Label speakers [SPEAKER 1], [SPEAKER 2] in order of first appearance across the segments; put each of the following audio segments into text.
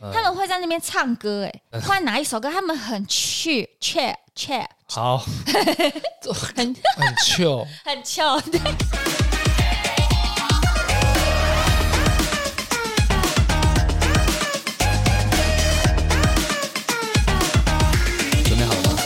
[SPEAKER 1] 嗯
[SPEAKER 2] 们会在那边唱歌，哎，突然哪一首歌，他们很去 chill chill
[SPEAKER 1] 好，
[SPEAKER 2] 很
[SPEAKER 1] 很 chill，
[SPEAKER 2] 很 chill，对，
[SPEAKER 1] 准备好了吗？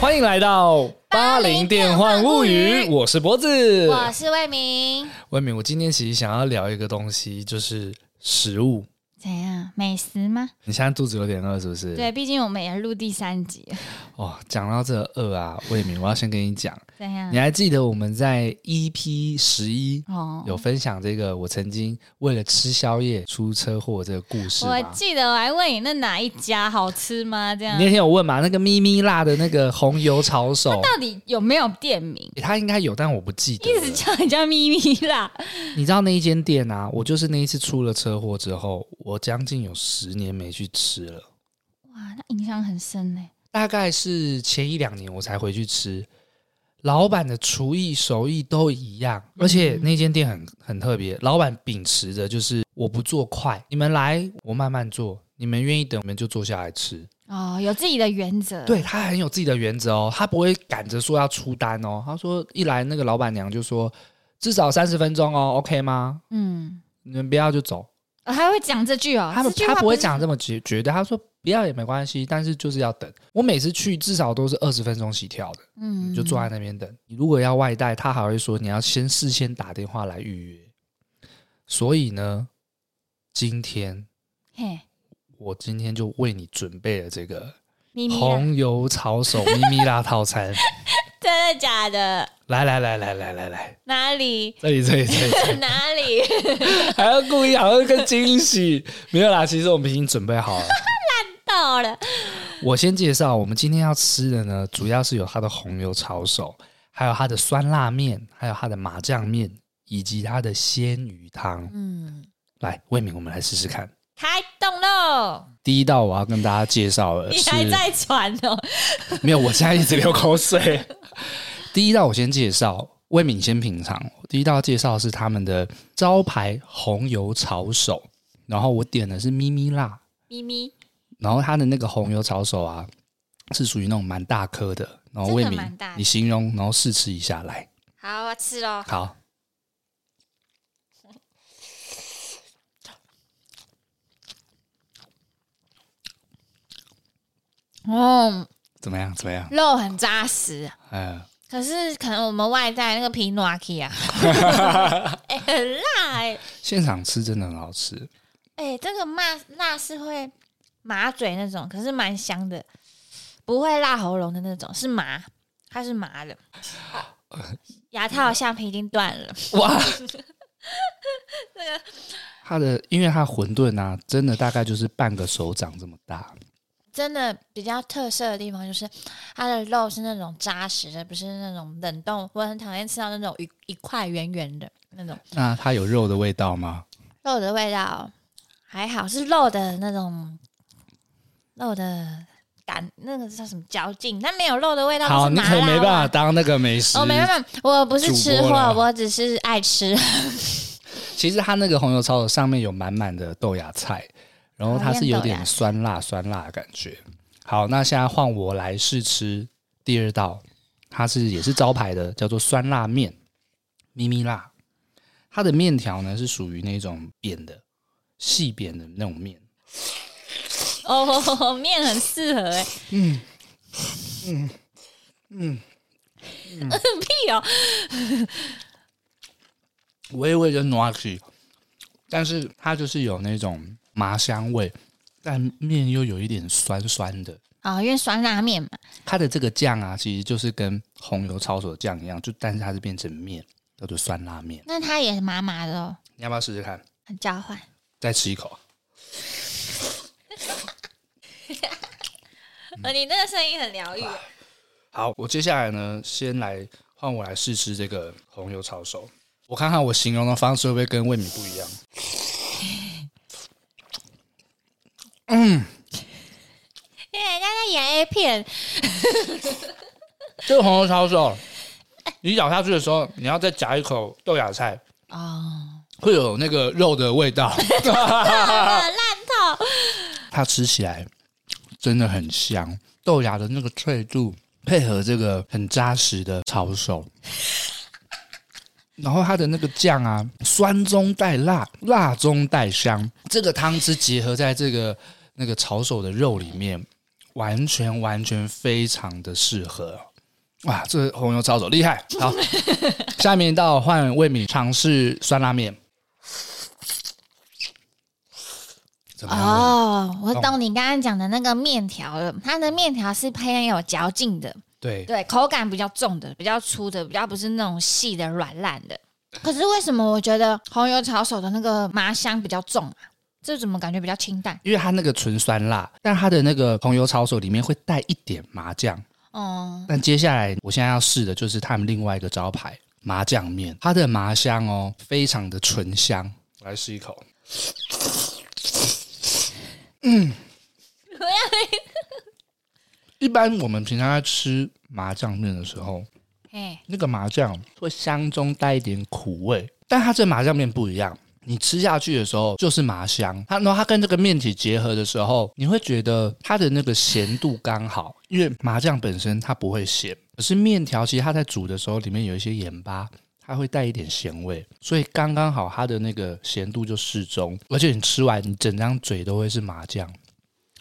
[SPEAKER 1] 欢迎来到八零电幻物语，我是脖子，
[SPEAKER 2] 我是魏明，
[SPEAKER 1] 文明。我今天其实想要聊一个东西，就是食物。
[SPEAKER 2] 怎样？美食吗？
[SPEAKER 1] 你现在肚子有点饿，是不是？。
[SPEAKER 2] 对，毕竟我们也录第三集了，
[SPEAKER 1] 哦，讲到这个饿啊，魏明，我要先跟你讲，
[SPEAKER 2] 怎样
[SPEAKER 1] 你？还记得我们在 EP 十一
[SPEAKER 2] 嗯哦，
[SPEAKER 1] 有分享这个我曾经为了吃宵夜出车祸这个故事
[SPEAKER 2] 我
[SPEAKER 1] 吗？
[SPEAKER 2] 记得我还问你那哪一家好吃吗？这样
[SPEAKER 1] 你那天有问嘛？那个咪咪辣的那个红油抄手，
[SPEAKER 2] 到底有没有店名？
[SPEAKER 1] 欸它应该有，但我不记得
[SPEAKER 2] 一直
[SPEAKER 1] 了。
[SPEAKER 2] 叫人家咪咪啦，
[SPEAKER 1] 你知道那一间店啊？我就是那一次出了车祸之后，我将近有十年没去吃了，
[SPEAKER 2] 哇，那影响很深呢。
[SPEAKER 1] 大概是前一两年我才回去吃。老板的厨艺手艺都一样，而且那间店很很特别。老板秉持着就是我不做快，你们来我慢慢做，你们愿意等我们就坐下来吃。
[SPEAKER 2] 哦，有自己的原则。
[SPEAKER 1] 对他很有自己的原则哦，他不会赶着说要出单哦。他说一来那个老板娘就说至少三十分钟哦，OK 吗？
[SPEAKER 2] 嗯，
[SPEAKER 1] 你们不要就走。
[SPEAKER 2] 哦还会讲这句哦，
[SPEAKER 1] 啊他
[SPEAKER 2] 这
[SPEAKER 1] 们
[SPEAKER 2] 句
[SPEAKER 1] 他
[SPEAKER 2] 话
[SPEAKER 1] 不会
[SPEAKER 2] 是
[SPEAKER 1] 讲这么绝绝对，他说不要也没关系，但是就是要等。我每次去至少都是二十分钟起跳的，
[SPEAKER 2] 嗯
[SPEAKER 1] 你就坐在那边等。你如果要外带，他还会说你要先事先打电话来预约。所以呢，今天
[SPEAKER 2] 嘿，
[SPEAKER 1] 我今天就为你准备了这个
[SPEAKER 2] 咪咪啦，
[SPEAKER 1] 红油抄手咪咪辣 套餐。
[SPEAKER 2] 真的假的？
[SPEAKER 1] 来来来来来来来，
[SPEAKER 2] 哪 里
[SPEAKER 1] 这里这里这里，
[SPEAKER 2] 哪里？
[SPEAKER 1] 还要故意好像个惊喜，没有啦，其实我们已经准备好了。
[SPEAKER 2] 到了，
[SPEAKER 1] 我先介绍，我们今天要吃的呢，主要是有它的红油抄手，还有它的酸辣面，还有它的麻酱面，以及它的鲜鱼汤。
[SPEAKER 2] 嗯，
[SPEAKER 1] 来，魏敏，我们来试试看。
[SPEAKER 2] 开动喽！
[SPEAKER 1] 第一道我要跟大家介绍的
[SPEAKER 2] 你
[SPEAKER 1] 是，
[SPEAKER 2] 还在传哦？
[SPEAKER 1] 没有，我现在一直流口水。 第一道我先介绍，魏敏先品尝。第一道介绍是他们的招牌红油抄手，然后我点的是咪咪辣，
[SPEAKER 2] 咪咪，
[SPEAKER 1] 然后它的那个红油抄手啊，是属于那种蛮大颗的。然后魏
[SPEAKER 2] 真的
[SPEAKER 1] 敏
[SPEAKER 2] 蛮大，的哦
[SPEAKER 1] 你形容，然后试吃一下来。
[SPEAKER 2] 好，我吃喽。
[SPEAKER 1] 好，
[SPEAKER 2] 哦，
[SPEAKER 1] 怎么样？怎么样？
[SPEAKER 2] 肉很扎实，
[SPEAKER 1] 嗯，
[SPEAKER 2] 可是可能我们外带那个皮诺基啊， 哎、很辣哎、
[SPEAKER 1] 现场吃真的很好吃。
[SPEAKER 2] 哎、这个麻辣是会麻嘴那种，可是蛮香的，不会辣喉咙的那种，是麻，它是麻的。啊牙套橡皮筋断了，
[SPEAKER 1] 哇， 它的因为它馄饨啊，真的大概就是半个手掌这么大。
[SPEAKER 2] 真的比较特色的地方就是它的肉是那种扎实的，不是那种冷冻。我很讨厌吃到那种一一块圆圆的那种
[SPEAKER 1] 那它有肉的味道吗？
[SPEAKER 2] 肉的味道，还好是肉的那种肉的感，那个叫什么嚼劲，但没有肉的味道。
[SPEAKER 1] 好，
[SPEAKER 2] 就是
[SPEAKER 1] 你
[SPEAKER 2] 麻
[SPEAKER 1] 可能
[SPEAKER 2] 辣
[SPEAKER 1] 没办
[SPEAKER 2] 味
[SPEAKER 1] 法当那个美食。
[SPEAKER 2] 哦，没办法，我不是
[SPEAKER 1] 主
[SPEAKER 2] 吃
[SPEAKER 1] 播啦
[SPEAKER 2] 货，我只是爱吃。
[SPEAKER 1] 其实它那个红油抄手上面有满满的豆芽菜，然后它是有
[SPEAKER 2] 讨厌豆芽
[SPEAKER 1] 点
[SPEAKER 2] 菜
[SPEAKER 1] 酸辣酸辣的感觉。好，那现在换我来试吃第二道，它是也是招牌的，叫做酸辣面，咪咪辣。它的面条呢是属于那种扁的、细扁的那种面。
[SPEAKER 2] 哦，面很适合哎、嗯嗯嗯， 屁哦，
[SPEAKER 1] 微微的 gnocchi，但是它就是有那种麻香味，但面又有一点酸酸的。
[SPEAKER 2] 啊、因为酸辣面嘛，
[SPEAKER 1] 它的这个酱啊，其实就是跟红油抄手酱一样，就但是它是变成面，叫做酸辣面。
[SPEAKER 2] 那它也麻麻的哦，
[SPEAKER 1] 你要不要试试看？
[SPEAKER 2] 很交换。
[SPEAKER 1] 再吃一口。
[SPEAKER 2] 呃，你那个声音很疗愈，
[SPEAKER 1] 好，我接下来呢，先来换我来试吃这个红油抄手，我看看我形容的方式会不会跟魏敏不一样。
[SPEAKER 2] 因为人家在演 A 片，
[SPEAKER 1] 这个红油抄手，你咬下去的时候，你要再夹一口豆芽菜，
[SPEAKER 2] 哦，
[SPEAKER 1] 会有那个肉的味道。
[SPEAKER 2] 烂透，
[SPEAKER 1] 它吃起来真的很香，豆芽的那个脆度配合这个很扎实的炒手，然后它的那个酱啊，酸中带辣，辣中带香，这个汤汁结合在这个那个炒手的肉里面，完全完全非常的适合。哇，这红油抄手厉害！好，下面一道换魏敏尝试酸辣面，怎么样？
[SPEAKER 2] 哦，我懂你刚刚讲的那个面条了，它的面条是偏有嚼劲的，
[SPEAKER 1] 对，
[SPEAKER 2] 对，口感比较重的，比较粗的，比较不是那种细的软烂的。嗯可是为什么我觉得红油抄手的那个麻香比较重啊？这怎么感觉比较清淡？
[SPEAKER 1] 因为它那个纯酸辣，但它的那个红油抄手里面会带一点麻酱。
[SPEAKER 2] 嗯，
[SPEAKER 1] 但接下来我现在要试的就是他们另外一个招牌麻酱面，它的麻香哦，非常的醇香。我来试一口，
[SPEAKER 2] 我要
[SPEAKER 1] 嗯一般我们平常在吃麻酱面的时候，
[SPEAKER 2] 哎，
[SPEAKER 1] 那个麻酱会香中带一点苦味，但它这麻酱面不一样。你吃下去的时候就是麻香，它然后它跟这个面体结合的时候，你会觉得它的那个咸度刚好，因为麻酱本身它不会咸，可是面条其实它在煮的时候里面有一些盐巴，它会带一点咸味，所以刚刚好它的那个咸度就适中，而且你吃完你整张嘴都会是麻酱。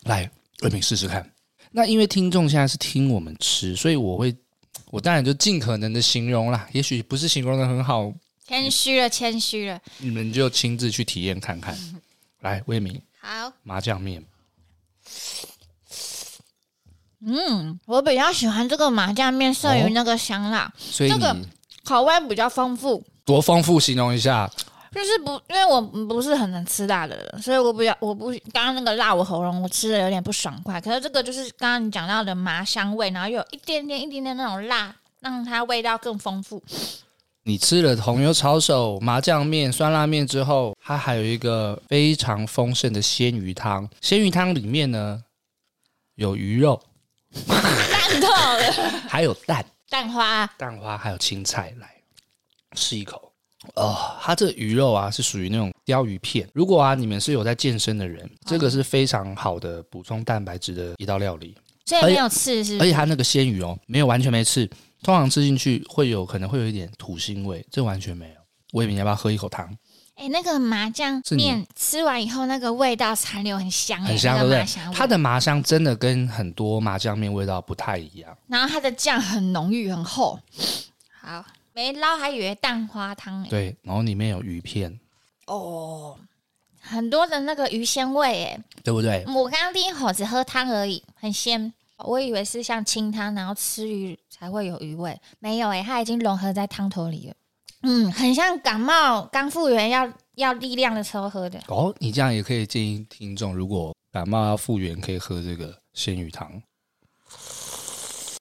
[SPEAKER 1] 来，魏敏试试看。那因为听众现在是听我们吃，所以我会我当然就尽可能的形容啦，也许不是形容的很好，
[SPEAKER 2] 谦虚了，谦虚了。
[SPEAKER 1] 你们就亲自去体验看看。
[SPEAKER 2] 嗯
[SPEAKER 1] 来，魏明
[SPEAKER 2] 好，
[SPEAKER 1] 麻酱面，
[SPEAKER 2] 嗯，我比较喜欢这个麻酱面胜于那哦个香辣，
[SPEAKER 1] 所以
[SPEAKER 2] 这个
[SPEAKER 1] 你
[SPEAKER 2] 口味比较丰富。
[SPEAKER 1] 多丰富，形容一下。
[SPEAKER 2] 就是不，因为我不是很能吃辣的人，所以我比较我不刚刚那个辣我喉咙我吃的有点不爽快，可是这个就是刚刚你讲到的麻香味，然后又有一点点一点点那种辣，让它味道更丰富。
[SPEAKER 1] 你吃了红油抄手、麻酱面、酸辣面之后，它还有一个非常丰盛的鲜鱼汤。鲜鱼汤里面呢有鱼肉，
[SPEAKER 2] 烂透了，
[SPEAKER 1] 还有蛋。
[SPEAKER 2] 蛋花啊
[SPEAKER 1] 蛋花还有青菜来试一口。哦，它这鱼肉啊是属于那种鲷鱼片。如果啊你们是有在健身的
[SPEAKER 2] 嗯
[SPEAKER 1] 人，这个是非常好的补充蛋白质的一道料理。
[SPEAKER 2] 所以没
[SPEAKER 1] 哎
[SPEAKER 2] 有刺是
[SPEAKER 1] 而
[SPEAKER 2] 不是
[SPEAKER 1] 且它那个鲜鱼哦，没有完全没刺，通常吃进去会有可能会有一点土腥味，这完全没有。魏敏要不要喝一口汤？
[SPEAKER 2] 哎、那个麻酱
[SPEAKER 1] 是你
[SPEAKER 2] 面吃完以后，那个味道残留很香、欸，
[SPEAKER 1] 很香，对
[SPEAKER 2] 那
[SPEAKER 1] 不
[SPEAKER 2] 个
[SPEAKER 1] 对
[SPEAKER 2] 麻香？味
[SPEAKER 1] 它的麻香真的跟很多麻酱面味道不太一样。
[SPEAKER 2] 然后它的酱很浓郁，很 厚。好，没捞还以为蛋花汤、欸，
[SPEAKER 1] 对，然后里面有鱼片，
[SPEAKER 2] 哦，很多的那个鱼鲜味、欸，
[SPEAKER 1] 对不对？
[SPEAKER 2] 我刚刚第一口只喝汤而已，很鲜。我以为是像清汤，然后吃鱼才会有鱼味，没有诶、欸它已经融合在汤头里了。嗯，很像感冒刚复原要要力量的时候喝的。
[SPEAKER 1] 哦，你这样也可以建议听众，如果感冒要复原，可以喝这个鲜鱼汤。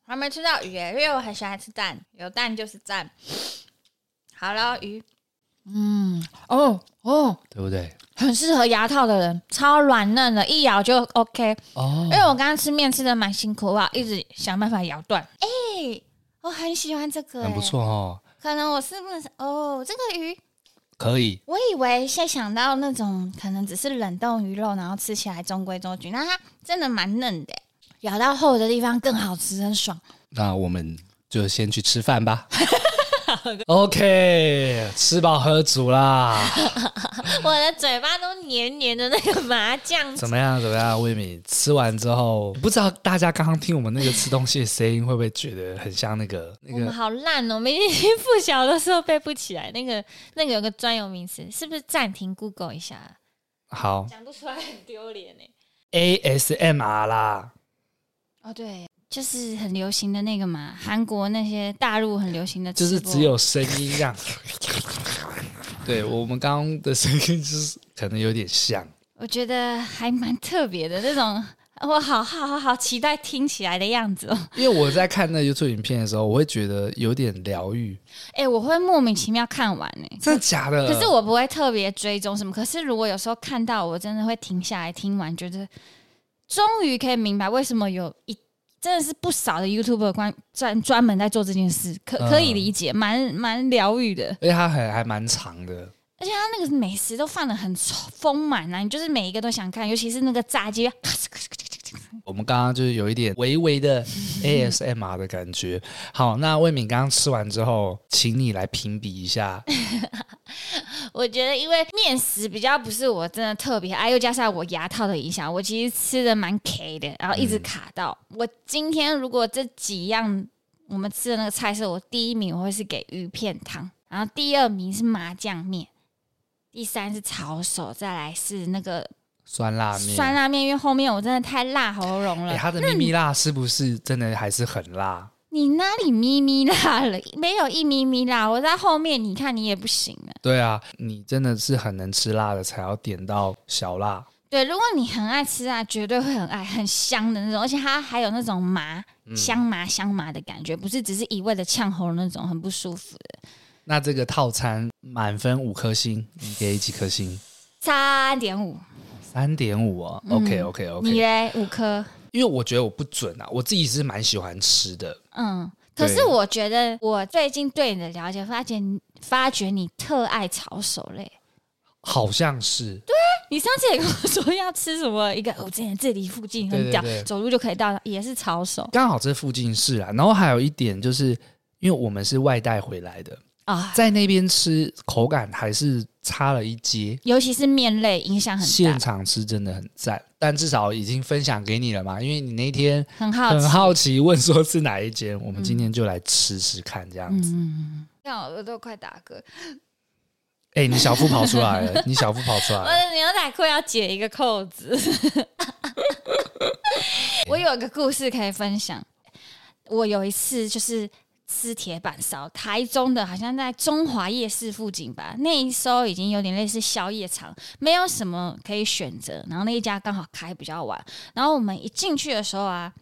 [SPEAKER 2] 还没吃到鱼欸诶、因为我很喜欢吃蛋，有蛋就是赞。好了，鱼，嗯，哦哦，
[SPEAKER 1] 对不对？
[SPEAKER 2] 很适合牙套的人，超软嫩的，一咬就 OK。
[SPEAKER 1] 哦
[SPEAKER 2] 因，为我刚刚吃面吃的蛮辛苦，我一直想办法咬断。哎、我很喜欢这个、欸，
[SPEAKER 1] 很不错哦，
[SPEAKER 2] 可能我是不是哦，这个鱼，
[SPEAKER 1] 可以。
[SPEAKER 2] 我以为现在想到那种可能只是冷冻鱼肉，然后吃起来中规中矩，那它真的蛮嫩的，欸咬到厚的地方更好吃，很爽。
[SPEAKER 1] 那我们就先去吃饭吧。OK，吃饱喝足啦，
[SPEAKER 2] 我的嘴巴都黏黏的那个麻酱，
[SPEAKER 1] 怎么样？怎么样？魏敏吃完之后，不知道大家刚刚听我们那个吃东西的声音，会不会觉得很像那个那
[SPEAKER 2] 我们
[SPEAKER 1] 个？
[SPEAKER 2] 好烂哦，我们已经不小的时候背不起来。那个那个有个专有名词，是不是暂停 Google 一下啊？
[SPEAKER 1] 好
[SPEAKER 2] 讲不出来很丢脸欸呢。
[SPEAKER 1] ，ASMR 啦，
[SPEAKER 2] 哦，对，就是很流行的那个嘛，韩国那些大陆很流行的吃
[SPEAKER 1] 就
[SPEAKER 2] 播，
[SPEAKER 1] 是只有声音这样。 对我们刚刚的声音就是可能有点像。
[SPEAKER 2] 我觉得还蛮特别的那种， 我好好好好期待听起来的样子哦。
[SPEAKER 1] 因为我在看那 YouTube 影片的时候，我会觉得有点疗愈，
[SPEAKER 2] 哎、我会莫名其妙看完呢、
[SPEAKER 1] 真的假的？
[SPEAKER 2] 可是我不会特别追踪什么。可是如果有时候看到，我真的会停下来听完，觉得终于可以明白为什么有一真的是不少的 YouTuber 关专专门在做这件事，可可以
[SPEAKER 1] 嗯
[SPEAKER 2] 理解，蛮蛮疗愈的。
[SPEAKER 1] 而且它还还蛮长的，
[SPEAKER 2] 而且它那个美食都放的很丰满啊，你就是每一个都想看，尤其是那个炸鸡，咔嚓咔嚓咔嚓咔嚓
[SPEAKER 1] 我们刚刚就是有一点微 微的 ASMR 的感觉。好，那魏敏刚刚吃完之后，请你来评比 一下。
[SPEAKER 2] 我觉得因为面食比较不是我真的特别爱，又加上我牙套的影响，我其实吃的蛮 K 的，然后一直卡到。我今天如果这几样我们吃的那个菜色，我第一名我会是给鱼片汤，然后第二名是麻酱面，第三是炒手，再来是那个
[SPEAKER 1] 酸辣面，
[SPEAKER 2] 酸辣面，因为后面我真的太辣喉咙了
[SPEAKER 1] 诶。哎它的秘密辣是不是真的还是很辣？
[SPEAKER 2] 你哪里咪咪辣了？没有一咪咪辣，我在后面，你看你也不行了。
[SPEAKER 1] 对啊，你真的是很能吃辣的，才要点到小辣。
[SPEAKER 2] 对，如果你很爱吃啊，绝对会很爱，很香的那种，而且它还有那种麻、
[SPEAKER 1] 嗯
[SPEAKER 2] 香麻、香麻的感觉，不是只是一味的呛喉咙那种很不舒服的。
[SPEAKER 1] 那这个套餐满分五颗星，你给几颗星？
[SPEAKER 2] 三点五，
[SPEAKER 1] 三点五哦。OK OK OK，
[SPEAKER 2] 嗯你嘞五颗，
[SPEAKER 1] 因为我觉得我不准啊，我自己是蛮喜欢吃的。
[SPEAKER 2] 嗯。可是
[SPEAKER 1] 对
[SPEAKER 2] 我觉得我最近对你的了解，发觉你发觉你特爱炒手类。
[SPEAKER 1] 好像是，
[SPEAKER 2] 你上次也跟我说要吃什么一个，我之前这里附近
[SPEAKER 1] 对对
[SPEAKER 2] 很屌，
[SPEAKER 1] 对
[SPEAKER 2] 走路就可以到，也是炒手
[SPEAKER 1] 刚好这附近是啊。然后还有一点就是，因为我们是外带回来的，
[SPEAKER 2] 啊，
[SPEAKER 1] 在那边吃口感还是差了一截。
[SPEAKER 2] 尤其是面类影响很
[SPEAKER 1] 现
[SPEAKER 2] 大，
[SPEAKER 1] 场吃真的很赞，但至少已经分享给你了嘛，因为你那天
[SPEAKER 2] 很好
[SPEAKER 1] 很
[SPEAKER 2] 奇。
[SPEAKER 1] 好奇问说是哪一间，我们今天就来吃吃看这样子。
[SPEAKER 2] 嗯看我我都快打嗝，
[SPEAKER 1] 哎、你小腹跑出来了，你小腹跑出来
[SPEAKER 2] 我
[SPEAKER 1] 了。
[SPEAKER 2] 的牛仔裤要解一个扣子。 我有一个故事可以分享。我有一次就是吃铁板烧，台中的好像在中华夜市附近吧，那一时候已经有点类似宵夜场，没有什么可以选择。然后那一家刚好开比较晚，然后我们一进去的时候啊，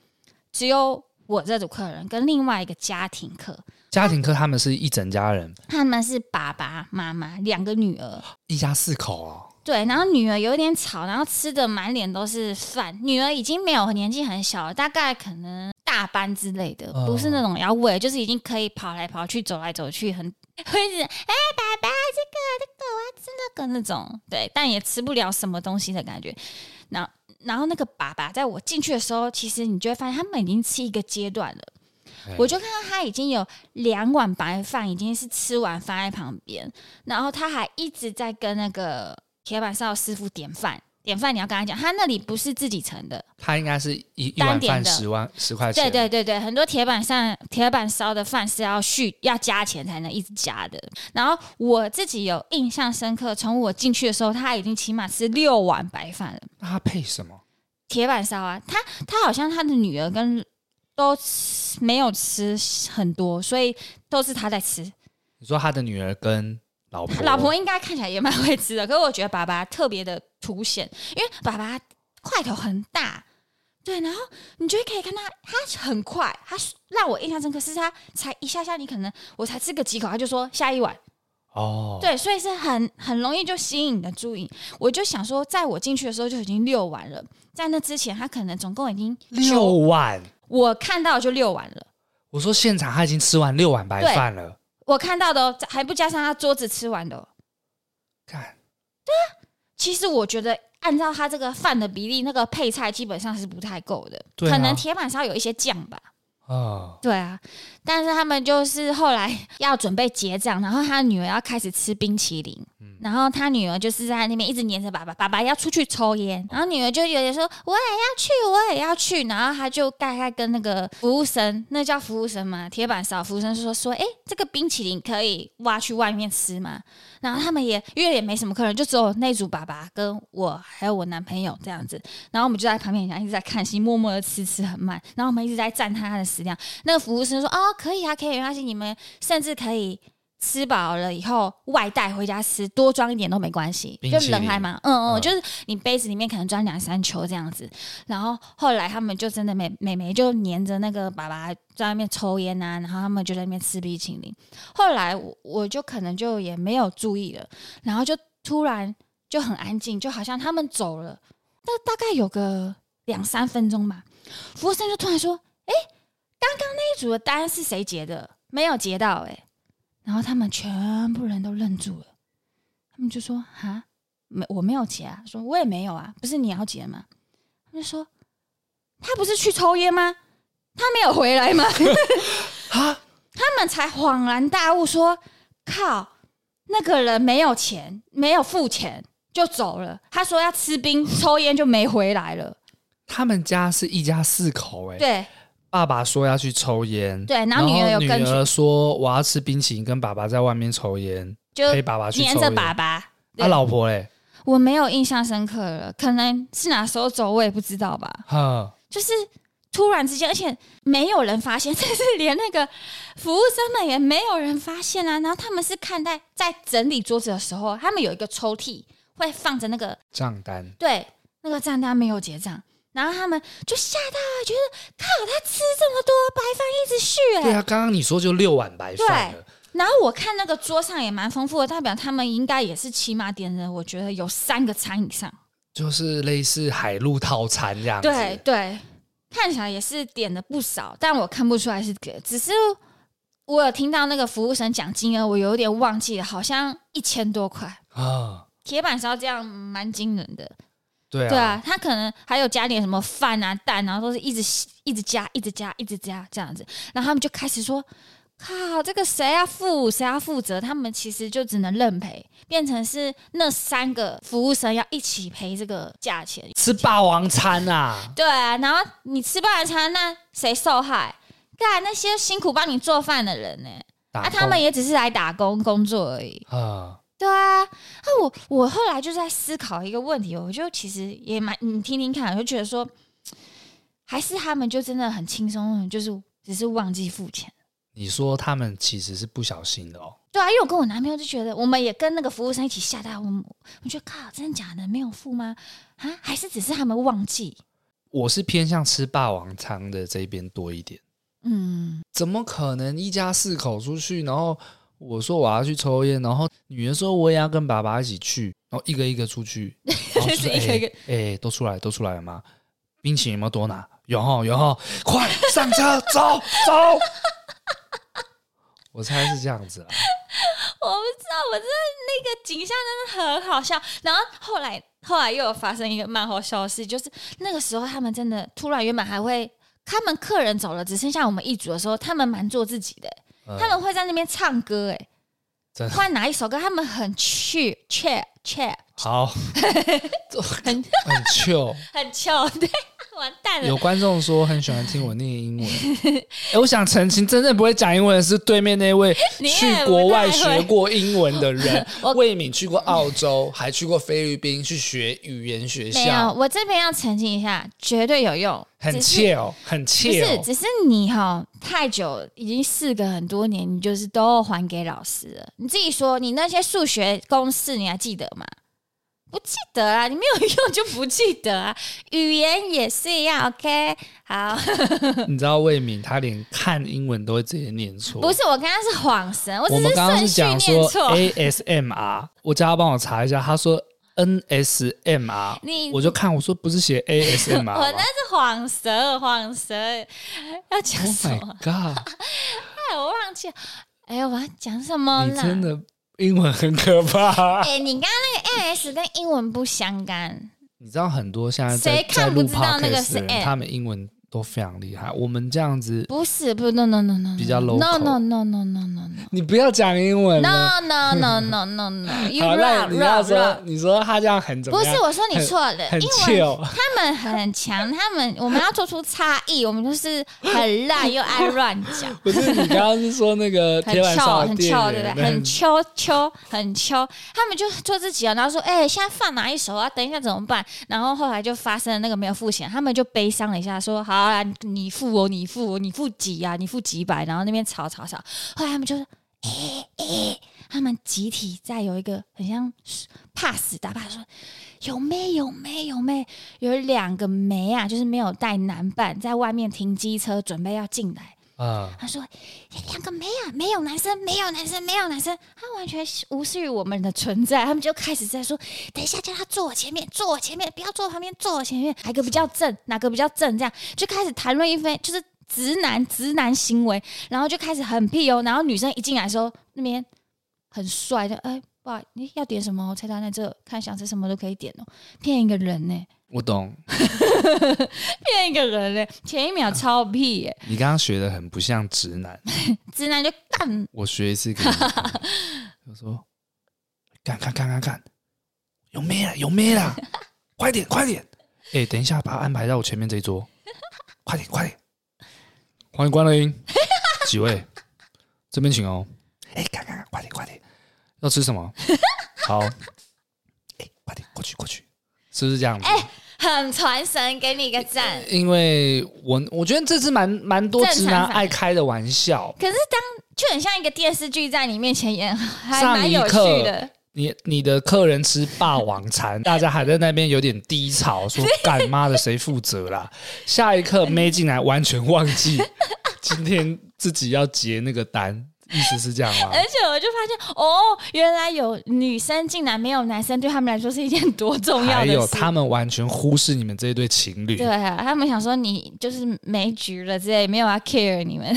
[SPEAKER 2] 只有我这组客人跟另外一个家庭客，
[SPEAKER 1] 家庭课他们是一整家人，
[SPEAKER 2] 他们是爸爸妈妈两个女儿，
[SPEAKER 1] 一家四口哦。
[SPEAKER 2] 对，然后女儿有点吵，然后吃的满脸都是饭。女儿已经没有年纪很小了，大概可能大班之类的，
[SPEAKER 1] 哦
[SPEAKER 2] 不是那种要喂，就是已经可以跑来跑去、走来走去，很 会一直哎、爸爸这个这个我要吃那个那种，对，但也吃不了什么东西的感觉。然后然后那个爸爸在我进去的时候，其实你就会发现他们已经吃一个阶段了。我就看到他已经有两碗白饭，已经是吃完放在旁边，然后他还一直在跟那个铁板烧师傅点饭。点饭你要跟他讲，他那里不是自己盛的，
[SPEAKER 1] 他应该是一一碗
[SPEAKER 2] 单点
[SPEAKER 1] 饭
[SPEAKER 2] 的
[SPEAKER 1] 十万十块钱，
[SPEAKER 2] 对对对对，很多铁板上铁板烧的饭是要续要加钱才能一直加的。然后我自己有印象深刻，从我进去的时候，他已经起码吃六碗白饭了。
[SPEAKER 1] 那他配什么？
[SPEAKER 2] 铁板烧啊，他他好像他的女儿跟都吃没有吃很多，所以都是他在吃。
[SPEAKER 1] 你说他的女儿跟老婆，
[SPEAKER 2] 老婆应该看起来也蛮会吃的，可是我觉得爸爸特别的凸显，因为爸爸块头很大，对，然后你就会可以看到他很快，他让我印象深刻是他才一下下，你可能我才吃个几口，他就说下一碗，
[SPEAKER 1] 哦，
[SPEAKER 2] 对，所以是很很容易就吸引你的注意。我就想说，在我进去的时候就已经六碗了，在那之前他可能总共已经
[SPEAKER 1] 六
[SPEAKER 2] 九，
[SPEAKER 1] 碗。
[SPEAKER 2] 我看到就六碗了。
[SPEAKER 1] 我说现场他已经吃完六碗白饭了，
[SPEAKER 2] 我看到的哦还不加上他桌子吃完的哦、
[SPEAKER 1] 看
[SPEAKER 2] 其实我觉得，按照他这个饭的比例，那个配菜基本上是不太够的，
[SPEAKER 1] 对啊
[SPEAKER 2] 可能铁板烧有一些酱吧。
[SPEAKER 1] 哦，
[SPEAKER 2] 对啊，但是他们就是后来要准备结账，然后他女儿要开始吃冰淇淋，然后他女儿就是在那边一直黏着爸爸，爸爸要出去抽烟，然后女儿就有点说我也要去，我也要去，然后他就大概跟那个服务生，那叫服务生嘛，铁板烧服务生说说，哎、这个冰淇淋可以挖去外面吃吗？然后他们也因为也没什么客人，就只有那组爸爸跟我还有我男朋友这样子，然后我们就在旁边，然后一直在看戏，默默的吃吃很慢，然后我们一直在赞叹他的食量。那个服务生说：“哦，可以啊，可以，没关系，你们甚至可以吃饱了以后外带回家吃，多装一点都没关系，
[SPEAKER 1] 冰
[SPEAKER 2] 就
[SPEAKER 1] 淇
[SPEAKER 2] 冷
[SPEAKER 1] 淋
[SPEAKER 2] 还蛮……嗯嗯，
[SPEAKER 1] 嗯
[SPEAKER 2] 就是你杯子里面可能装两三球这样子。”然后后来他们就真的美美眉就黏着那个爸爸在那边抽烟啊，然后他们就在那边吃冰淇淋。后来我我就可能就也没有注意了，然后就突然就很安静，就好像他们走了，那大概有个两三分钟吧。服务生就突然说：“哎、刚刚那一组的单是谁结的？没有结到哎、诶然后他们全部人都愣住了，他们就说哈，没我没有结啊，说我也没有啊，不是你要结吗？他们就说他不是去抽烟吗？他没有回来吗？他们才恍然大悟说，靠，那个人没有钱，没有付钱就走了。他说要吃冰抽烟就没回来了。
[SPEAKER 1] 他们家是一家四口、欸，哎，
[SPEAKER 2] 对
[SPEAKER 1] 爸爸说要去抽烟，
[SPEAKER 2] 对，然
[SPEAKER 1] 然
[SPEAKER 2] 后
[SPEAKER 1] 后
[SPEAKER 2] 女儿有跟去，
[SPEAKER 1] 儿说我要吃冰淇淋，跟爸爸在外面抽烟，
[SPEAKER 2] 就
[SPEAKER 1] 陪爸爸去抽
[SPEAKER 2] 黏
[SPEAKER 1] 烟。
[SPEAKER 2] 着爸爸。
[SPEAKER 1] 他、
[SPEAKER 2] 对
[SPEAKER 1] 老婆哎嘞，
[SPEAKER 2] 我没有印象深刻了，可能是哪时候走我也不知道吧。
[SPEAKER 1] 哈，
[SPEAKER 2] 就是突然之间，而且没有人发现，甚至连那个服务生们也没有人发现啊。然后他们是看待在整理桌子的时候，他们有一个抽屉会放着那个
[SPEAKER 1] 账单。
[SPEAKER 2] 对那个账单没有结账，然后他们就吓到了，觉得靠他吃这么多白饭一直续哎、
[SPEAKER 1] 对啊，刚刚你说就六碗白饭了，
[SPEAKER 2] 然后我看那个桌上也蛮丰富的，代表他们应该也是起码点了，我觉得有三个餐以上。
[SPEAKER 1] 就是类似海陆套餐这样子。
[SPEAKER 2] 对对，看起来也是点的不少，但我看不出来是给，只是我有听到那个服务生讲金额，我有点忘记了，好像一千多块。
[SPEAKER 1] 啊，
[SPEAKER 2] 铁板烧这样蛮惊人的，
[SPEAKER 1] 对啊，
[SPEAKER 2] 对啊，他可能还有加点什么饭啊、蛋，然后都是一直一直加、一直加、一直加这样子，然后他们就开始说：“靠，这个谁要负，谁要负责？”他们其实就只能认赔，变成是那三个服务生要一起赔这个价钱。
[SPEAKER 1] 吃霸王餐啊，
[SPEAKER 2] 对啊，然后你吃不完餐，那谁受害？干那些辛苦帮你做饭的人呢、
[SPEAKER 1] 打
[SPEAKER 2] 啊，
[SPEAKER 1] 工
[SPEAKER 2] 他们也只是来打工工作而已。
[SPEAKER 1] 啊，
[SPEAKER 2] 对啊，那我我后来就在思考一个问题，哦我就其实也蛮，你听听看，我就觉得说，还是他们就真的很轻松，就是只是忘记付钱。
[SPEAKER 1] 你说他们其实是不小心的哦，
[SPEAKER 2] 对啊，因为我跟我男朋友就觉得，我们也跟那个服务生一起吓到我们，我觉得靠，真的假的？没有付吗？啊，还是只是他们忘记？
[SPEAKER 1] 我是偏向吃霸王餐的这边多一点。
[SPEAKER 2] 嗯，
[SPEAKER 1] 怎么可能一家四口出去，然后我说我要去抽烟，然后女儿说我也要跟爸爸一起去，然后一个一个 出去，然后
[SPEAKER 2] 是
[SPEAKER 1] 说
[SPEAKER 2] 一个一个
[SPEAKER 1] 哎、哎都出来都出来了吗？冰淇淋有没有多拿？有哈有哈，快上车走走。我猜是这样子啊，
[SPEAKER 2] 我不知道，我真的那个景象真的很好笑。然后后来后来又有发生一个蛮好笑的事，就是那个时候他们真的突然原本还会，他们客人走了只剩下我们一组的时候，他们蛮做自己的、
[SPEAKER 1] 嗯
[SPEAKER 2] 他们会在那边唱歌、
[SPEAKER 1] 真
[SPEAKER 2] 哎，
[SPEAKER 1] 的
[SPEAKER 2] 突然拿一首歌，他们很去 chill chill
[SPEAKER 1] 好，
[SPEAKER 2] 很
[SPEAKER 1] 很 chill。
[SPEAKER 2] 很 chill，对，完 蛋了
[SPEAKER 1] 有。观众说很喜欢听我念英文， 哎，我想澄清，真正不会讲英文的是对面那位
[SPEAKER 2] 你也
[SPEAKER 1] 去
[SPEAKER 2] 不
[SPEAKER 1] 国外
[SPEAKER 2] 太会
[SPEAKER 1] 学过英文的人
[SPEAKER 2] 我，
[SPEAKER 1] 魏敏去过澳洲，还去过菲律宾去学语言学
[SPEAKER 2] 没有，
[SPEAKER 1] 校，
[SPEAKER 2] 我这边要澄清一下，绝对有用，
[SPEAKER 1] 很
[SPEAKER 2] 只是
[SPEAKER 1] 切哦，很
[SPEAKER 2] 不
[SPEAKER 1] 切
[SPEAKER 2] 是，
[SPEAKER 1] 哦。
[SPEAKER 2] 只是你哈太久，已经事隔很多年，你就是都还给老师了。你自己说，你那些数学公式你还记得吗？不记得啊，你没有用就不记得啊。 语言也是一样，OK？好，
[SPEAKER 1] 你知道魏敏她连看英文都会直接念错，
[SPEAKER 2] 不是我刚刚是晃神，我只
[SPEAKER 1] 哦我们刚刚
[SPEAKER 2] 顺
[SPEAKER 1] 是
[SPEAKER 2] 序
[SPEAKER 1] 讲
[SPEAKER 2] 念
[SPEAKER 1] 说哎
[SPEAKER 2] 错。
[SPEAKER 1] ASMR，我叫他帮我查一下，他说 NSMR，
[SPEAKER 2] 你
[SPEAKER 1] 我就看我说不是写 ASMR 吗
[SPEAKER 2] 我那是晃神，晃神要讲
[SPEAKER 1] ？Oh
[SPEAKER 2] 什
[SPEAKER 1] my
[SPEAKER 2] 么？
[SPEAKER 1] god！
[SPEAKER 2] 哎，我忘记了。哎呀，我要讲什么
[SPEAKER 1] 你
[SPEAKER 2] 啦？
[SPEAKER 1] 真的英文很可怕。
[SPEAKER 2] 哎、你刚刚那个 S 跟英文不相干。
[SPEAKER 1] 你知道很多现在在
[SPEAKER 2] 谁看
[SPEAKER 1] 在录
[SPEAKER 2] 不知道那个
[SPEAKER 1] podcast
[SPEAKER 2] 是
[SPEAKER 1] 的人，
[SPEAKER 2] N
[SPEAKER 1] 他们英文都非常厉害。我们这样子，
[SPEAKER 2] 不是，不是，no no no no，
[SPEAKER 1] 比较
[SPEAKER 2] no no
[SPEAKER 1] local
[SPEAKER 2] no no no no no
[SPEAKER 1] 你不要讲英文了。
[SPEAKER 2] no no no no no no，you
[SPEAKER 1] 好，那
[SPEAKER 2] wrong
[SPEAKER 1] 你要
[SPEAKER 2] wrong
[SPEAKER 1] 说
[SPEAKER 2] wrong，
[SPEAKER 1] 你说他这样很怎
[SPEAKER 2] 不
[SPEAKER 1] 么
[SPEAKER 2] 是
[SPEAKER 1] 样？
[SPEAKER 2] 我说你错了，
[SPEAKER 1] 很
[SPEAKER 2] 因为
[SPEAKER 1] chill，，
[SPEAKER 2] 他们很强，他们我们要做出差异，我们就是很烂又爱乱讲
[SPEAKER 1] 不是你刚刚是说那个
[SPEAKER 2] 很
[SPEAKER 1] 铁板烧
[SPEAKER 2] 翘
[SPEAKER 1] 的
[SPEAKER 2] 很
[SPEAKER 1] 店
[SPEAKER 2] 翘，对
[SPEAKER 1] 员
[SPEAKER 2] 不对？很秋秋很秋，他们就做自己了，然后说哎，现在放哪一首啊？等一下怎么办？然后后来就发生了那个没有付钱，他们就悲伤了一下，说好啊，你你付我，你付我，你付几啊？你付几百？然后那边吵吵吵，后来他们就哎他们集体在有一个很像 pass 打 pass 说有妹有妹有妹，有两个妹啊，就是没有带男伴，在外面停机车准备要进来。
[SPEAKER 1] 啊，
[SPEAKER 2] 他说两个妹啊，没有男生，没有男生，没有男生，他完全无视于我们的存在，他们就开始在说等一下叫他坐我前面，坐我前面，不要坐我旁边，坐我前面，哪个比较正，哪个比较正，这样就开始谈论一番，就是直男直男行为，然后就开始很屁哦，然后女生一进来的时候那边很帅的，哎、不好，你要点什么？菜单在这，看想吃什么都可以点哦、骗一个人呢、
[SPEAKER 1] 我懂，
[SPEAKER 2] 骗一个人呢、前一秒超屁耶、
[SPEAKER 1] 你刚刚学的很不像直男，
[SPEAKER 2] 直男就干，
[SPEAKER 1] 我学一次 给你看。我说，看看看看看，有妹了，有妹了，快点快点！哎、等一下，把他安排到我前面这一桌，快点快点！欢迎光 临，几位？这边请哦。哎、看看看，快点快点！要吃什么？ 好，哎、快点过去过去，哎是不是这样子？
[SPEAKER 3] 很传神，给你一个赞。
[SPEAKER 1] 因为我我觉得这是蛮蛮多直
[SPEAKER 2] 正
[SPEAKER 1] 男
[SPEAKER 2] 常反
[SPEAKER 1] 爱开的玩 笑，
[SPEAKER 2] 可是当就很像一个电视剧在你面前演，还
[SPEAKER 1] 上
[SPEAKER 2] 蛮
[SPEAKER 1] 一
[SPEAKER 2] 有趣
[SPEAKER 1] 课
[SPEAKER 2] 的。
[SPEAKER 1] 你你的客人吃霸王 餐，大家还在那边有点低潮，说干妈的谁负 责啦？下一刻妹进来，完全忘记今天自己要结那个单，意思是这样吗？
[SPEAKER 2] 而且我就发现，哦，原来有女生竟然没有男生，对他们来说是一件多重要
[SPEAKER 1] 还
[SPEAKER 2] 的
[SPEAKER 1] 有
[SPEAKER 2] 事。
[SPEAKER 1] 他们完全忽视你们这一对情侣
[SPEAKER 2] 对，啊，他们想说你就是没局了之类，没有要啊 care 你 们。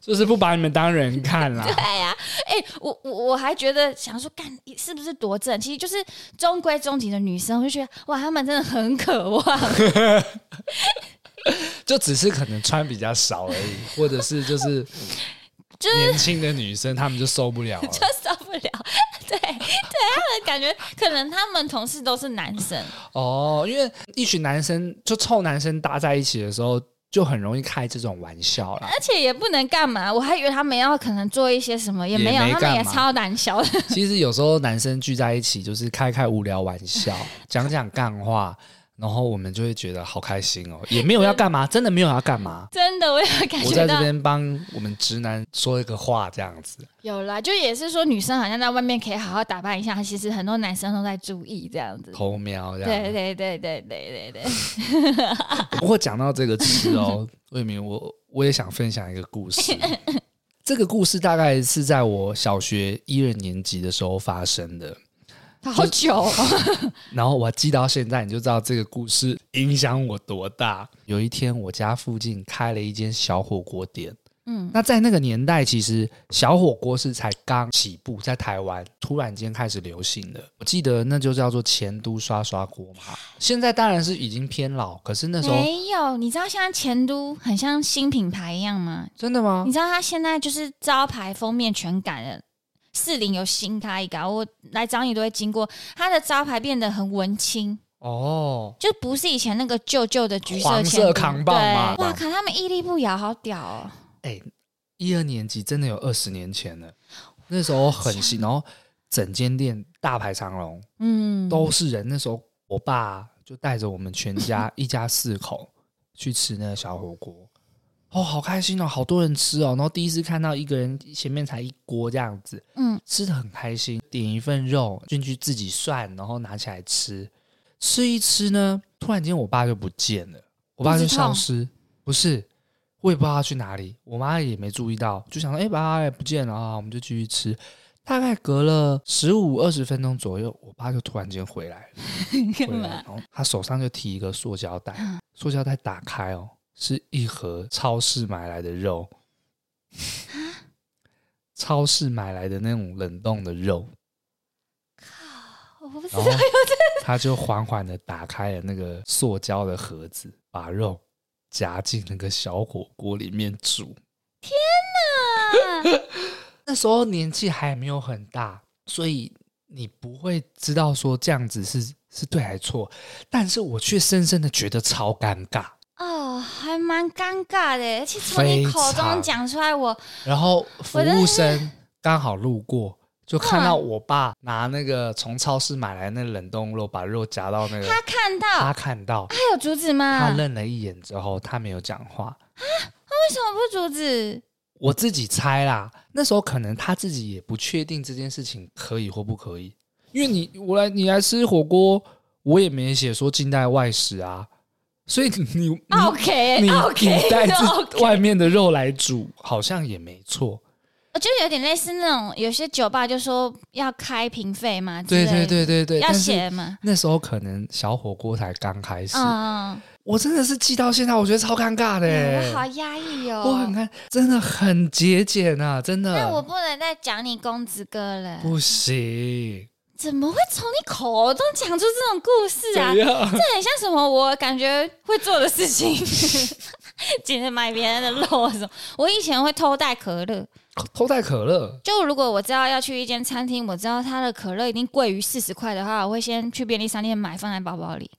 [SPEAKER 1] 就是不把你们当人看 啦。
[SPEAKER 2] 哎呀，哎、我我我还觉得想说，干是不是多正？其实就是中规中矩的女生，我就觉得哇，她们真的很渴望。
[SPEAKER 1] 就只是可能穿比较少而已，或者是就是
[SPEAKER 2] 就
[SPEAKER 1] 年轻的女生，她们就受不了了。
[SPEAKER 2] 就受不了。 对对，他们感觉可能他们同事都是男生，
[SPEAKER 1] 哦，因为一群男生就臭男生搭在一起的时候，就很容易开这种玩笑 啦。
[SPEAKER 2] 而且也不能干嘛。我还以为他们要可能做一些什么，也没
[SPEAKER 1] 也
[SPEAKER 2] 有，
[SPEAKER 1] 没
[SPEAKER 2] 他们也
[SPEAKER 1] 干嘛
[SPEAKER 2] 超胆小的。
[SPEAKER 1] 其实有时候男生聚在一起，就是开开无聊玩笑，讲讲干话，然后我们就会觉得好开心哦，也没有要干嘛，真的没有要 干嘛。
[SPEAKER 2] 真的，我有感
[SPEAKER 1] 我
[SPEAKER 2] 觉
[SPEAKER 1] 在这
[SPEAKER 2] 到
[SPEAKER 1] 边帮我们直男说一个话，这样子。
[SPEAKER 2] 有啦，就也是说女生好像在外面可以好好打扮一下，其实很多男生都在注意这样子。
[SPEAKER 1] 偷瞄这样，
[SPEAKER 2] 对对对对对对对，
[SPEAKER 1] 不过讲到这个吃哦，魏明，我我也想分享一个故 事。这个故事大概是在我小学一二年级的时候发生的。
[SPEAKER 2] 好久、 哦，
[SPEAKER 1] 然后我记到现在，你就知道这个故事影响我多大。有一天，我家附近开了一间小火锅店。嗯
[SPEAKER 2] 嗯，
[SPEAKER 1] 那在那个年代，其实小火锅是才刚起步，在台湾突然间开始流行的。我记得那就叫做前都刷刷锅嘛。现在当然是已经偏老，可是那时候、
[SPEAKER 2] 没有。你知道现在前都很像新品牌一样吗？
[SPEAKER 1] 真的吗
[SPEAKER 2] 你？知道他现在就是招牌封面全改了，四零有新开一个啊，我来找你都会经过，他的招牌变得很文青，
[SPEAKER 1] 哦，
[SPEAKER 2] 就不是以前那个旧旧的橘色
[SPEAKER 1] 黄
[SPEAKER 2] 铅
[SPEAKER 1] 色
[SPEAKER 2] 笔
[SPEAKER 1] 扛棒嘛
[SPEAKER 2] 对哇靠，他们屹立不摇，好屌哦！
[SPEAKER 1] 一二年级真的有二十年前了，那时候很新，然后整间店大排长龙。
[SPEAKER 2] 嗯，
[SPEAKER 1] 都是人。那时候我爸就带着我们全家一家四口去吃那个小火锅，哦，好开心哦，好多人吃哦。然后第一次看到一个人前面才一锅这样子，
[SPEAKER 2] 嗯，
[SPEAKER 1] 吃的很开心。点一份肉进去自己涮，然后拿起来吃，吃一吃呢，突然间我爸就不见了，我爸
[SPEAKER 2] 肚
[SPEAKER 1] 就
[SPEAKER 2] 子
[SPEAKER 1] 消
[SPEAKER 2] 痛
[SPEAKER 1] 失，不是。我也不知道他去哪里，我妈也没注意到，就想说，哎、爸爸也不见了啊，我们就继续吃。大概隔了十五二十分钟左右，我爸就突然间回来了，
[SPEAKER 2] 干
[SPEAKER 1] 回
[SPEAKER 2] 嘛
[SPEAKER 1] 来，然？后他手上就提一个塑胶袋，塑胶袋打开哦，是一盒超市买来的肉，超市买来的那种冷冻的肉，
[SPEAKER 2] 我不知
[SPEAKER 1] 然
[SPEAKER 2] 道
[SPEAKER 1] 后，他就缓缓的打开了那个塑胶的盒子，把肉夹进那个小火锅里面煮。 那时候年纪还没有很大，所以你不会知道说这样子是是对还是错，但是我却深深的觉得超尴尬。
[SPEAKER 2] 哦，还蛮尴尬的，而且从你
[SPEAKER 1] 非
[SPEAKER 2] 口
[SPEAKER 1] 常
[SPEAKER 2] 中讲出来，我
[SPEAKER 1] 然后服
[SPEAKER 2] 我真
[SPEAKER 1] 务
[SPEAKER 2] 的
[SPEAKER 1] 生刚好路过，就看到我爸拿那个从超市买来那冷冻肉，把肉夹到那个，
[SPEAKER 2] 他看到，
[SPEAKER 1] 他看到，
[SPEAKER 2] 他有阻止
[SPEAKER 1] 他
[SPEAKER 2] 吗？为
[SPEAKER 1] 愣了一眼之后，他没有讲话。
[SPEAKER 2] 什么不阻止？
[SPEAKER 1] 我自己猜啦，那时候可能他自己也不确定这件事情可以或不可以，因为你我来你来吃火锅，我也没写说近代外食啊，所以你你
[SPEAKER 2] 啊 OK，
[SPEAKER 1] 你
[SPEAKER 2] OK，啊
[SPEAKER 1] 你 带
[SPEAKER 2] OK
[SPEAKER 1] 自外面的肉来煮，好像也没错。
[SPEAKER 2] 我就有点类似那种有些酒吧就说要开瓶费嘛，
[SPEAKER 1] 对对，对对对，
[SPEAKER 2] 要
[SPEAKER 1] 但是
[SPEAKER 2] 写嘛，
[SPEAKER 1] 那时候可能小火锅才刚开始，
[SPEAKER 2] 嗯，嗯哎
[SPEAKER 1] 我真的是记到现在，我觉得超尴尬的、欸
[SPEAKER 2] 我好压抑哦。
[SPEAKER 1] 我很看，真的很节俭啊，真
[SPEAKER 2] 但哎我
[SPEAKER 1] 的
[SPEAKER 2] 不能再讲你公子哥了，
[SPEAKER 1] 不行。
[SPEAKER 2] 怎么会从你口中讲出这种故事啊？
[SPEAKER 1] 样？
[SPEAKER 2] 这很像什么？我感觉会做的事情，捡着买别人的肉什么。我以前会偷带可乐，
[SPEAKER 1] 偷带可乐，
[SPEAKER 2] 就如果我知道要去一间餐厅，我知道它的可乐一定贵于四十块的话，我会先去便利商店买，放在包包里。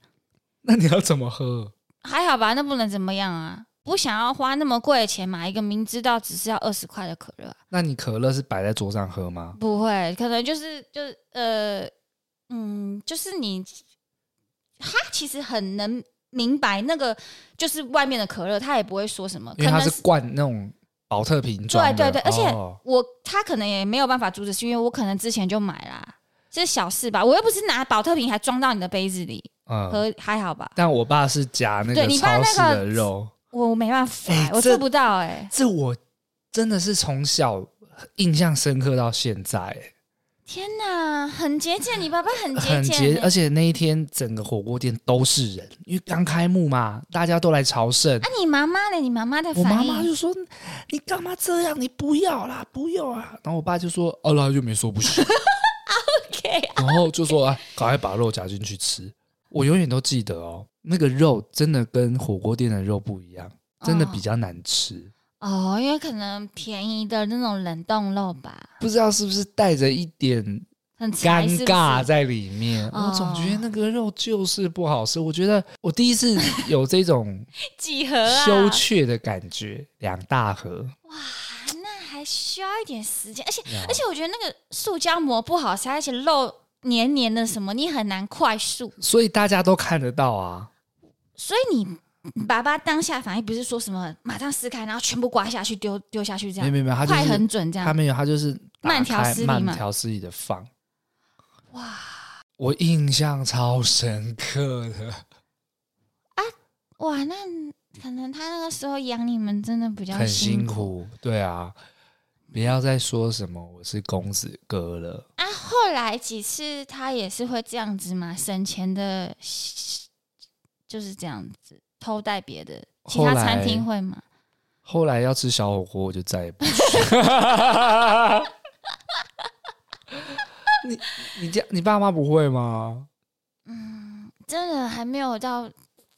[SPEAKER 1] 那你要怎么喝？
[SPEAKER 2] 还好吧，那不能怎么样啊。不想要花那么贵的钱买一个明知道只是要二十块的可乐啊、
[SPEAKER 1] 那你可乐是摆在桌上喝吗？
[SPEAKER 2] 不会，可能就是就是呃，嗯，就是你，他其实很能明白那个就是外面的可乐，他也不会说什么，可
[SPEAKER 1] 因为它
[SPEAKER 2] 能
[SPEAKER 1] 是罐那种保特瓶装的。
[SPEAKER 2] 对对对而且
[SPEAKER 1] 哦
[SPEAKER 2] 我他可能也没有办法阻止，是因为我可能之前就买啦，这是小事吧，我又不是拿保特瓶还装到你的杯子里，
[SPEAKER 1] 嗯，
[SPEAKER 2] 和还好吧，
[SPEAKER 1] 但我爸是夹那
[SPEAKER 2] 对
[SPEAKER 1] 个
[SPEAKER 2] 你爸
[SPEAKER 1] 超
[SPEAKER 2] 那
[SPEAKER 1] 市
[SPEAKER 2] 个
[SPEAKER 1] 的肉，
[SPEAKER 2] 我没办法、
[SPEAKER 1] 哎
[SPEAKER 2] 我
[SPEAKER 1] 这
[SPEAKER 2] 做不到哎、
[SPEAKER 1] 这我真的是从小印象深刻到现在，
[SPEAKER 2] 天哪，很节俭，你爸爸很节
[SPEAKER 1] 很
[SPEAKER 2] 俭、
[SPEAKER 1] 节。而
[SPEAKER 2] 欸。
[SPEAKER 1] 且那一天整个火锅店都是人，因为刚开幕嘛，大家都来朝圣
[SPEAKER 2] 啊。，你妈妈呢？你妈妈的
[SPEAKER 1] 我
[SPEAKER 2] 反
[SPEAKER 1] 妈
[SPEAKER 2] 应？
[SPEAKER 1] 妈就说：“你干嘛这样？你不要啦，不要啊！”然后我爸就说：“哦、啊，那又没说 不行。”
[SPEAKER 2] OK
[SPEAKER 1] 然后就说：“哎，赶快把肉夹进去吃。”我永远都记得哦，那个肉真的跟火锅店的肉不一样，真的比较难吃。
[SPEAKER 2] 哦，因为可能便宜的那种冷冻肉吧，
[SPEAKER 1] 不知道是不是带着一点
[SPEAKER 2] 很柴
[SPEAKER 1] 尴
[SPEAKER 2] 是不
[SPEAKER 1] 尬
[SPEAKER 2] 是
[SPEAKER 1] 在里面，
[SPEAKER 2] 哦
[SPEAKER 1] 我总觉得那个肉就是不好吃。我觉得我第一次有这 种
[SPEAKER 2] 几何啊？
[SPEAKER 1] 羞怯的感觉，两大盒。
[SPEAKER 2] 哇，那还需要一点时间，而且
[SPEAKER 1] 呀
[SPEAKER 2] 而且我觉得那个塑胶膜不好塞，而且肉黏黏的什么，你很难快速。
[SPEAKER 1] 所以大家都看得到啊，
[SPEAKER 2] 所以你你爸爸当下反应不是说什么马上撕开，然后全部刮下去丢丢下去这
[SPEAKER 1] 没
[SPEAKER 2] 样，
[SPEAKER 1] 没没，他就
[SPEAKER 2] 快
[SPEAKER 1] 是
[SPEAKER 2] 很准这
[SPEAKER 1] 他
[SPEAKER 2] 样。
[SPEAKER 1] 没有，他就是打
[SPEAKER 2] 慢条
[SPEAKER 1] 开
[SPEAKER 2] 斯理
[SPEAKER 1] 慢
[SPEAKER 2] 嘛
[SPEAKER 1] 条斯理的放。
[SPEAKER 2] 哇
[SPEAKER 1] 我印象超深刻的，
[SPEAKER 2] 哇，那可能他那个时候养你们真的比较
[SPEAKER 1] 很辛
[SPEAKER 2] 苦
[SPEAKER 1] 苦，对啊，不要再说什么我是公子哥了。
[SPEAKER 2] 啊。后来几次他也是会这样子嘛，省钱的，就是这样子偷带别的。其他
[SPEAKER 1] 后来
[SPEAKER 2] 餐厅会吗？
[SPEAKER 1] 后来要吃小火锅，我就再也 不去。你你家你爸妈不会吗？
[SPEAKER 2] 嗯，真的还没有到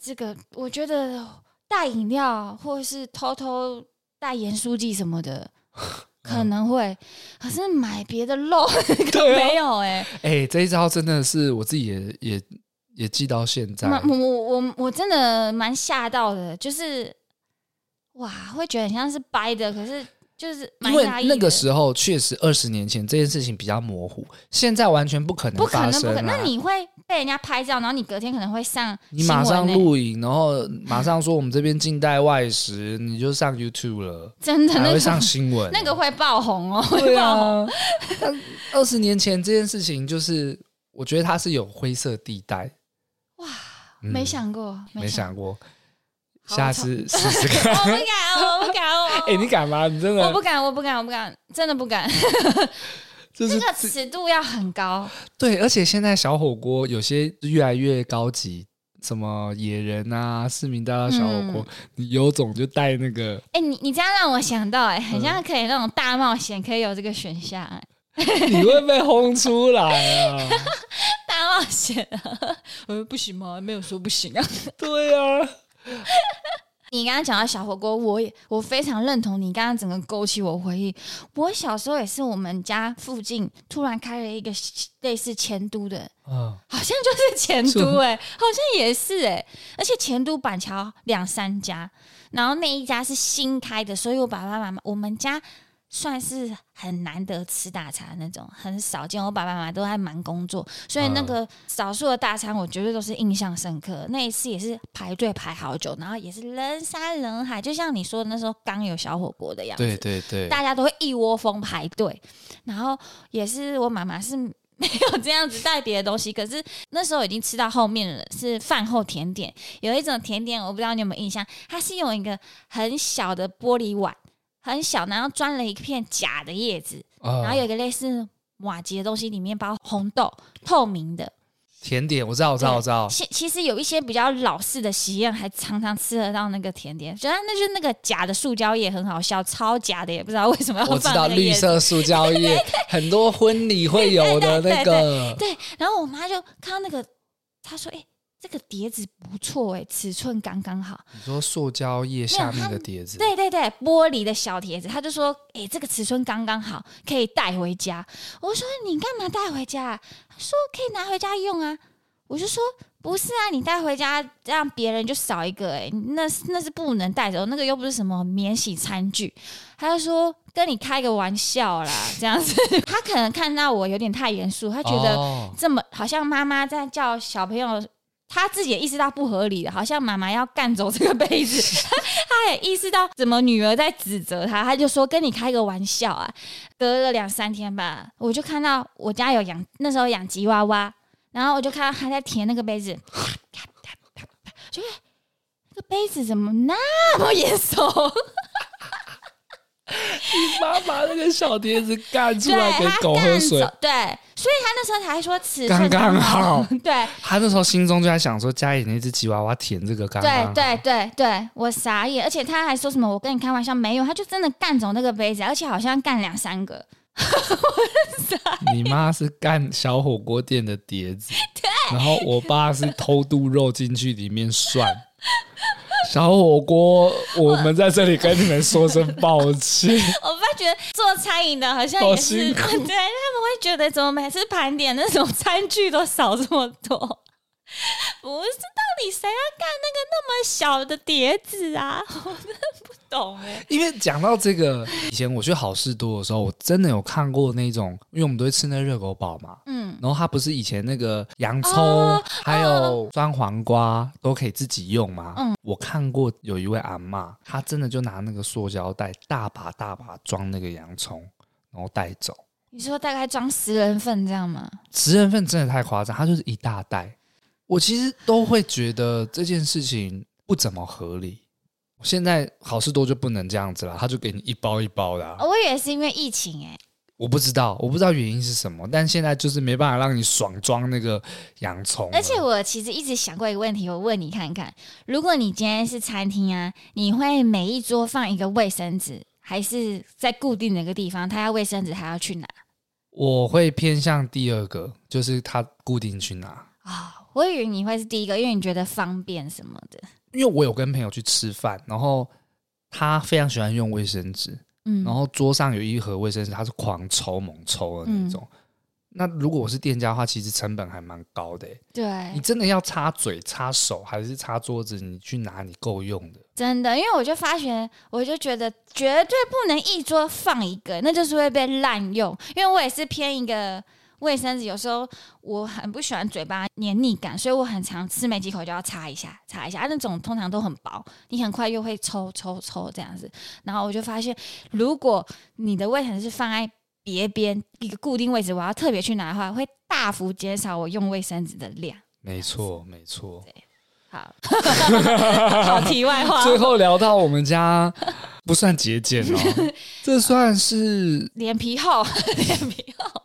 [SPEAKER 2] 这个，我觉得带饮料或者是偷偷带盐酥鸡什么 的。可能会，可是买别的肉
[SPEAKER 1] 对啊
[SPEAKER 2] 没有哎、
[SPEAKER 1] 哎、这一招真的是我自己也也也记到现在。
[SPEAKER 2] 蛮我我我我真的蛮吓到的，就是哇，会觉得很像是掰的，可是就是蛮
[SPEAKER 1] 因为
[SPEAKER 2] 压抑
[SPEAKER 1] 那个
[SPEAKER 2] 的
[SPEAKER 1] 时候确实二十年前这件事情比较模糊，现在完全不可
[SPEAKER 2] 不
[SPEAKER 1] 能
[SPEAKER 2] 可
[SPEAKER 1] 发
[SPEAKER 2] 能不
[SPEAKER 1] 生、啊。
[SPEAKER 2] 可能，那你会被人家拍照，然后你隔天可能会上
[SPEAKER 1] 你马
[SPEAKER 2] 新闻
[SPEAKER 1] 上
[SPEAKER 2] 欸
[SPEAKER 1] 录影，然后马上说我们这边近代外食，你就上 YouTube 了，
[SPEAKER 2] 真的
[SPEAKER 1] 还
[SPEAKER 2] 那
[SPEAKER 1] 会
[SPEAKER 2] 个
[SPEAKER 1] 上新闻。
[SPEAKER 2] 那个会爆红哦，会
[SPEAKER 1] 对
[SPEAKER 2] 爆红。
[SPEAKER 1] 啊，但二十年前这件事情，就是我觉得它是有灰色地带，
[SPEAKER 2] 哇，
[SPEAKER 1] 嗯
[SPEAKER 2] 没想过，
[SPEAKER 1] 没
[SPEAKER 2] 想
[SPEAKER 1] 想过，
[SPEAKER 2] 好
[SPEAKER 1] 下次试试
[SPEAKER 2] 过，
[SPEAKER 1] 看。
[SPEAKER 2] 我不敢，我不敢，我
[SPEAKER 1] 哎，你敢吗？你真
[SPEAKER 2] 我
[SPEAKER 1] 的
[SPEAKER 2] 不敢，我不敢，我不敢，真的不 敢。
[SPEAKER 1] 就
[SPEAKER 2] 这
[SPEAKER 1] 是
[SPEAKER 2] 个尺度要很高，
[SPEAKER 1] 对，而且现在小火锅有些越来越高级。什么野人啊，市民大道小火锅，
[SPEAKER 2] 嗯
[SPEAKER 1] 你有种就带那个，
[SPEAKER 2] 哎，你你这样让我想到，
[SPEAKER 1] 嗯
[SPEAKER 2] 哎，很像可以那种大冒险，可以有这个选项，哎，
[SPEAKER 1] 你会被轰出来啊！
[SPEAKER 2] 大冒险啊， 呃，不行吗？没有说不行啊。
[SPEAKER 1] 对啊，
[SPEAKER 2] 你刚刚讲到小火锅，我也我非常认同你刚刚整个勾起我回忆。我小时候也是我们家附近突然开了一个类似前都的，
[SPEAKER 1] 嗯，
[SPEAKER 2] 好像就是前都哎、好像也是哎、而且前都板桥两三家，然后那一家是新开的，所以我爸爸妈妈我们家算是很难得吃大餐那种，很少见。我爸爸妈妈都在忙工作，所以那个少数的大餐我绝对都是印象深刻。那一次也是排队排好久，然后也是人山人海，就像你说的那时候刚有小火锅的样子，
[SPEAKER 1] 对对 对，嗯
[SPEAKER 2] 大家都会一窝蜂排队，然后也是我妈妈是没有这样子带别的东西，可是那时候已经吃到后面了，是饭后甜点，有一种甜点我不知道你有没有印象，它是用一个很小的玻璃碗，很小，然后装了一片假的叶子，
[SPEAKER 1] 然
[SPEAKER 2] 然后有一个类似瓦吉的东西，里面包红豆，透明的。
[SPEAKER 1] 甜点，我知道，我知道，我知道。
[SPEAKER 2] 其其实有一些比较老式的喜宴，还常常吃得到那个甜点，觉得那就是那个假的塑胶叶很好笑，超假的，也不知道为什么要
[SPEAKER 1] 我
[SPEAKER 2] 放
[SPEAKER 1] 知道
[SPEAKER 2] 那个叶
[SPEAKER 1] 绿
[SPEAKER 2] 子。
[SPEAKER 1] 色塑胶叶，很多婚礼会有的那个，
[SPEAKER 2] 对，然后我妈就看到那个，她说：“哎、这个碟子不错哎、尺寸刚刚好。
[SPEAKER 1] 你说塑胶叶下面的碟”子，
[SPEAKER 2] 对对对，玻璃的小碟子，她就说：“哎、这个尺寸刚刚好，可以带回家。”我说：“你干嘛带回家、啊？”她说：“可以拿回家用啊。”我就说：“不是啊，你带回家让别人就少一个哎、那那是不能带走，那个又不是什么免洗餐具。”她就说：“跟你开个玩笑啦，这样子。” 她可能看到我有点太严肃，她觉得
[SPEAKER 1] 哦
[SPEAKER 2] 这么好像妈妈在叫小朋友，她自己也意识到不合理了，好像妈妈要干走这个杯子， 她也意识到怎么女儿在指责她，她就说跟你开个玩笑啊。隔了两三天吧，我就看到我家有养那时候养吉娃娃，然后我就看到她在舔那个杯子，就这个杯子怎么那么眼熟？
[SPEAKER 1] 妈妈那个小碟子干出
[SPEAKER 2] 对，
[SPEAKER 1] 来给
[SPEAKER 2] 她
[SPEAKER 1] 狗喝
[SPEAKER 2] 干
[SPEAKER 1] 水
[SPEAKER 2] 走，对，所以她那时候才说尺寸
[SPEAKER 1] 刚刚好。
[SPEAKER 2] 对。
[SPEAKER 1] 他那时候心中就在想说，家里那只吉娃娃舔这个刚刚好
[SPEAKER 2] 对对对对，我傻眼，而且他还说什么我跟你开玩笑没有，他就真的干走那个杯子，而且好像干两三个。
[SPEAKER 1] 你妈是干小火锅店的碟子，然后我爸是偷渡肉进去里面涮。小火锅，我们在这里跟你们说声抱歉。
[SPEAKER 2] 我爸觉得做餐饮的好像
[SPEAKER 1] 好
[SPEAKER 2] 也
[SPEAKER 1] 辛
[SPEAKER 2] 是，对，
[SPEAKER 1] 苦
[SPEAKER 2] 他们会觉得怎么每次盘点那种餐具都少这么多。 不是，到底谁要干那个那么小的碟子啊？ 我真的不懂哎。
[SPEAKER 1] 因为讲到这个，以前我去好事多的时候，我真的有看过那种，因为我们都会吃那热狗堡嘛，
[SPEAKER 2] 嗯，
[SPEAKER 1] 然后它不是以前那个洋葱、
[SPEAKER 2] 哦
[SPEAKER 1] 还有酸黄瓜都可以自己用吗？
[SPEAKER 2] 嗯
[SPEAKER 1] 我看过有一位阿嬷，她真的就拿那个塑胶袋大把大把装那个洋葱，然后带走。
[SPEAKER 2] 你说大概装十人份这样吗？
[SPEAKER 1] 十人份真的太夸张，它就是一大袋。我其实都会觉得这件事情不怎么合理。现在好事多就不能这样子了，他就给你一包一包的啊、
[SPEAKER 2] 我以为是因为疫情哎、
[SPEAKER 1] 我不知道，我不知道原因是什么，但现在就是没办法让你爽装那个洋葱了。
[SPEAKER 2] 而且我其实一直想过一个问题，我问你看看，如果你今天是餐厅啊，你会每一桌放一个卫生纸，还是在固定的一个地方？他要卫生纸，他要去哪
[SPEAKER 1] 我会偏向第二个，就是它固定去拿。
[SPEAKER 2] 啊、我以为你会是第一个，因为你觉得方便什么的。
[SPEAKER 1] 因为我有跟朋友去吃饭，然后他非常喜欢用卫生纸，
[SPEAKER 2] 嗯，
[SPEAKER 1] 然后桌上有一盒卫生纸，他是狂抽猛抽的那种。
[SPEAKER 2] 嗯
[SPEAKER 1] 那如果我是店家的话，其实成本还蛮高的欸、你
[SPEAKER 2] 对，
[SPEAKER 1] 真的要擦嘴、擦手还是擦桌子，你去拿你够用的。
[SPEAKER 2] 真的，因为我就发觉，我就觉得绝对不能一桌放一个，那就是会被滥用。因为我也是偏一个。卫生纸有时候我很不喜欢嘴巴黏腻感，所以我很常吃没几口就要擦一下，擦一下。啊、那种通常都很薄，你很快又会抽抽抽这样子。然后我就发现，如果你的卫生纸是放在别边一个固定位置，我要特别去拿的话，会大幅减少我用卫生纸的量。
[SPEAKER 1] 没错，没错。
[SPEAKER 2] 好， 好题外话，
[SPEAKER 1] 最后聊到我们家不算节俭 哦，这算是
[SPEAKER 2] 脸皮厚， 脸皮厚。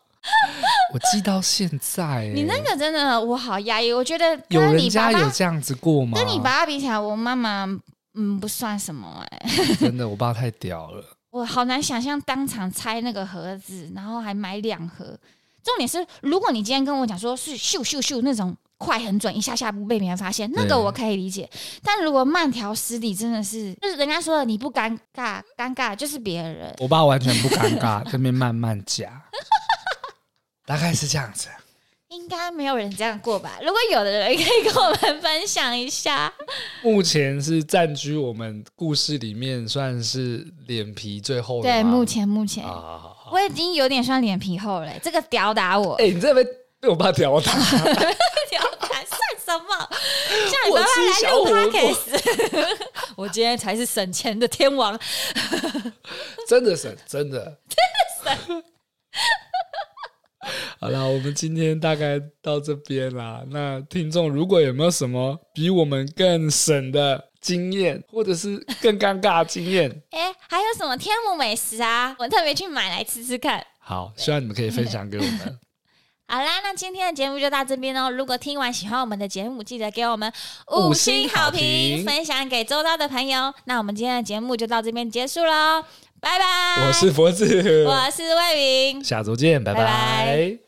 [SPEAKER 1] 我记到现在欸、
[SPEAKER 2] 你那个真的，我好压抑。我觉得
[SPEAKER 1] 有
[SPEAKER 2] 跟
[SPEAKER 1] 人
[SPEAKER 2] 你
[SPEAKER 1] 家
[SPEAKER 2] 爸
[SPEAKER 1] 有
[SPEAKER 2] 爸
[SPEAKER 1] 这样子过吗？
[SPEAKER 2] 跟你爸爸比起来，我妈妈嗯不算什么哎、
[SPEAKER 1] 真的，我爸太屌了。
[SPEAKER 2] 我好难想象当场拆那个盒子，然后还买两盒。重点是，如果你今天跟我讲说是咻咻咻那种快很准，一下下不被别人发现，那
[SPEAKER 1] 对
[SPEAKER 2] 个我可以理解。但如果慢条斯理，真的是就是人家说的你不尴尬，尴尬就是别人。
[SPEAKER 1] 我爸完全不尴尬，这边慢慢夹， 大概是这样子。
[SPEAKER 2] 应该没有人这样过吧？如果有的人可以跟我们分享一下。
[SPEAKER 1] 目前是占据我们故事里面算是脸皮最厚的吗，
[SPEAKER 2] 对，目前目前、
[SPEAKER 1] 啊，好好好
[SPEAKER 2] 我已经有点算脸皮厚 了、这个屌打我，
[SPEAKER 1] 哎、你这被被我爸屌打，
[SPEAKER 2] 屌打算什么？叫
[SPEAKER 1] 我吃小火
[SPEAKER 2] 来录
[SPEAKER 1] 锅
[SPEAKER 2] podcast，我 今天才是省钱的天王。
[SPEAKER 1] 真的是真 的好了，我们今天大概到这边啦。那听众如果有没有什么比我们更省的经验，或者是更尴尬的经验，
[SPEAKER 2] 哎、还有什么天母美食啊？我特别去买来吃吃看。
[SPEAKER 1] 好，希望你们可以分享给我们。
[SPEAKER 2] 好啦，那今天的节目就到这边哦。如果听完喜欢我们的节目，记得给我们
[SPEAKER 1] 五
[SPEAKER 2] 五
[SPEAKER 1] 星
[SPEAKER 2] 星
[SPEAKER 1] 好
[SPEAKER 2] 好评，
[SPEAKER 1] 评
[SPEAKER 2] 分享给周遭的朋友。那我们今天的节目就到这边结束喽，拜拜。
[SPEAKER 1] 我是佛子，
[SPEAKER 2] 我是魏云，
[SPEAKER 1] 下周见，拜
[SPEAKER 2] 拜拜
[SPEAKER 1] 拜